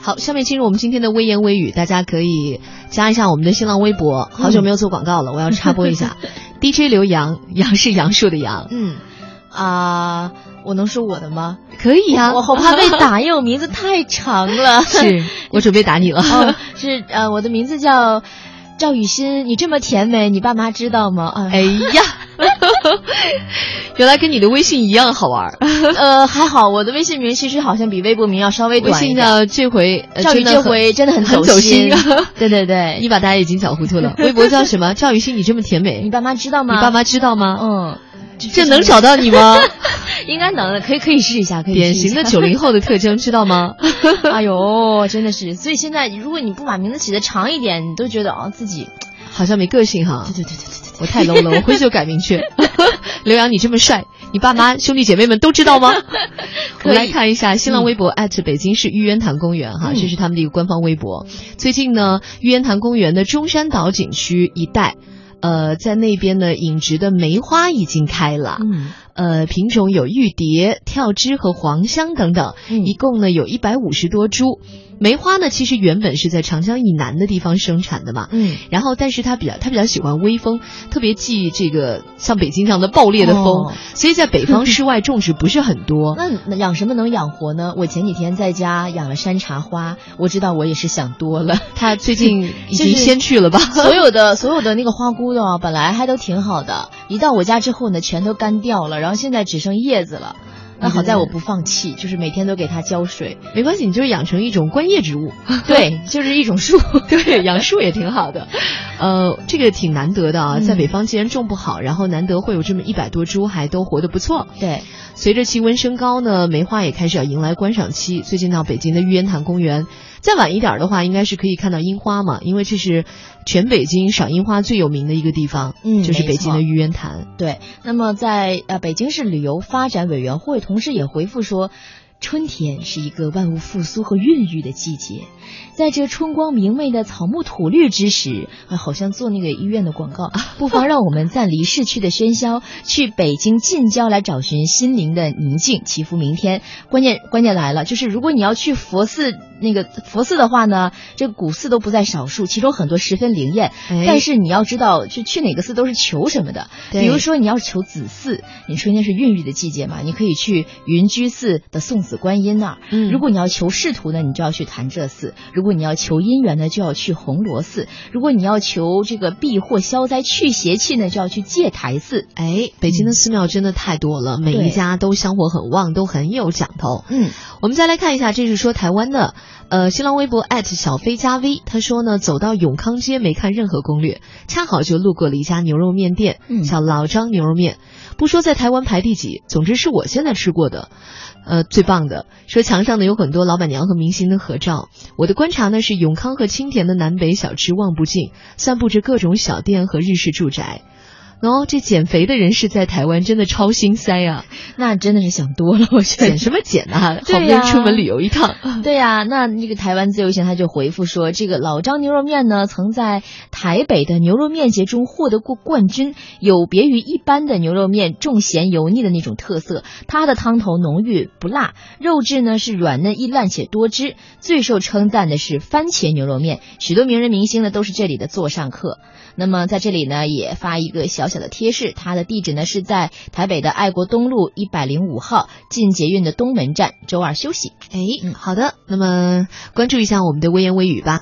好，下面进入我们今天的微言微语，大家可以加一下我们的新浪微博。好久没有做广告了，我要插播一 下，DJ 刘洋，杨是杨树的杨，嗯啊、我能说我的吗？可以呀、我好怕被打，因为我名字太长 了。是我准备打你了。哦，是呃，我的名字叫赵雨欣。你这么甜美，你爸妈知道吗？啊、哎 呀，原来跟你的微信一样好玩儿。呃，还好，我的微信名其实好像比微博名要稍微微短一信点。呢，这回、呃赵雨真的这很回真的很很走心啊心， 对对对， 你把大家已经搅糊涂 了。微博叫什么？赵雨欣，你这么甜美，你爸妈知道你吗？爸妈知道吗？嗯，这能找到你 吗？应该能的，可以可以试一下，可以典型的九零后的特征，知道吗？ 的。哎呦，真的是，所以现在如果你不把名字起的长一点，你都觉得哦自己好像没个性哈。对对对对对对，我太 low 了， 我回去就改名去。 刘洋，你这么帅，你爸妈兄弟姐妹们都知道 吗？我们来看一下新浪微博艾特北京市玉渊潭公园哈，嗯这是他们的一个官方微博。最近呢，玉渊潭公园的中山岛景区一带。呃，在那边呢，养殖的梅花已经开了，嗯呃，品种有玉蝶、跳枝和黄香等等，嗯一共呢有一百五十多株。梅花呢，其实原本是在长江以南的地方生产的嘛，嗯，然后，但是他比较他比较喜欢微风，特别忌这个像北京这样的暴烈的风，哦所以在北方室外种植不是很 多。那养什么能养活呢？我前几天在家养了山茶花，我知道我也是想多了。他最近已就是经先去了吧？ 所有的所有的那个花骨朵啊，本来还都挺好的，一到我家之后呢，全都干掉了，然后现在只剩叶子了。那好在我不放弃，就是每天都给它浇水。没关系，你就养成一种观叶植物，对，就是一种树。 对，养树也挺好 的。呃，这个挺难得的啊，嗯在北方既然种不好，然后难得会有这么一百多株，还都活得不错。对，随着气温升高呢，梅花也开始要迎来观赏期。最近到北京的玉渊潭公园，再晚一点的话，应该是可以看到樱花嘛，因为这是全北京赏樱花最有名的一个地方，嗯就是北京的没错玉渊潭。对，那么在呃北京市旅游发展委员会同时也回复说，春天是一个万物复苏和孕育的季节，在这春光明媚的草木吐绿之时，啊，好像做那个医院的广告，啊不妨让我们暂离市区的喧嚣，去北京近郊来找寻心灵的宁静，祈福明天。关键关键来了，就是如果你要去佛寺那个佛寺的话呢，这古寺都不在少数，其中很多十分灵验，哎但是你要知道，就去哪个寺都是求什么的。对比如说你要求子嗣，你春天是孕育的季节嘛，你可以去云居寺的送子观音那儿。嗯如果你要求仕途呢，你就要去潭柘寺；如果你要求姻缘呢，就要去红螺寺；如果你要求这个避祸消灾、去邪气呢，就要去戒台寺。哎，北京的寺庙真的太多了，每一对家都香火很旺，都很有讲头。嗯我们再来看一下，这是说台湾的，呃，新浪微博艾特小飞加 V，他说呢，走到永康街没看任何攻略，恰好就路过了一家牛肉面店，嗯叫老张牛肉面。不说在台湾排第几，总之是我现在吃过的，呃，最棒的。说墙上呢有很多老板娘和明星的合照。我的观察呢是永康和青田的南北小吃望不尽，散布着各种小店和日式住宅。哦，这减肥的人士在台湾真的超心塞 啊！那真的是想多了，我觉得减。什么减啊？好不对容呀易出门旅游一趟。 对呀、那那个台湾自由行他就回复说，这个老张牛肉面呢，曾在台北的牛肉面节中获得过冠军，有别于一般的牛肉面重咸油腻的那种特色，它的汤头浓郁不辣，肉质呢是软嫩易烂且多汁。最受称赞的是番茄牛肉面，许多名人明星呢都是这里的座上客。那么在这里呢，也发一个小小的贴士，它的地址呢是在台北的爱国东路一百零五号进捷运的东门站，周二休息。嗯哎，好的，那么关注一下我们的微言微语吧。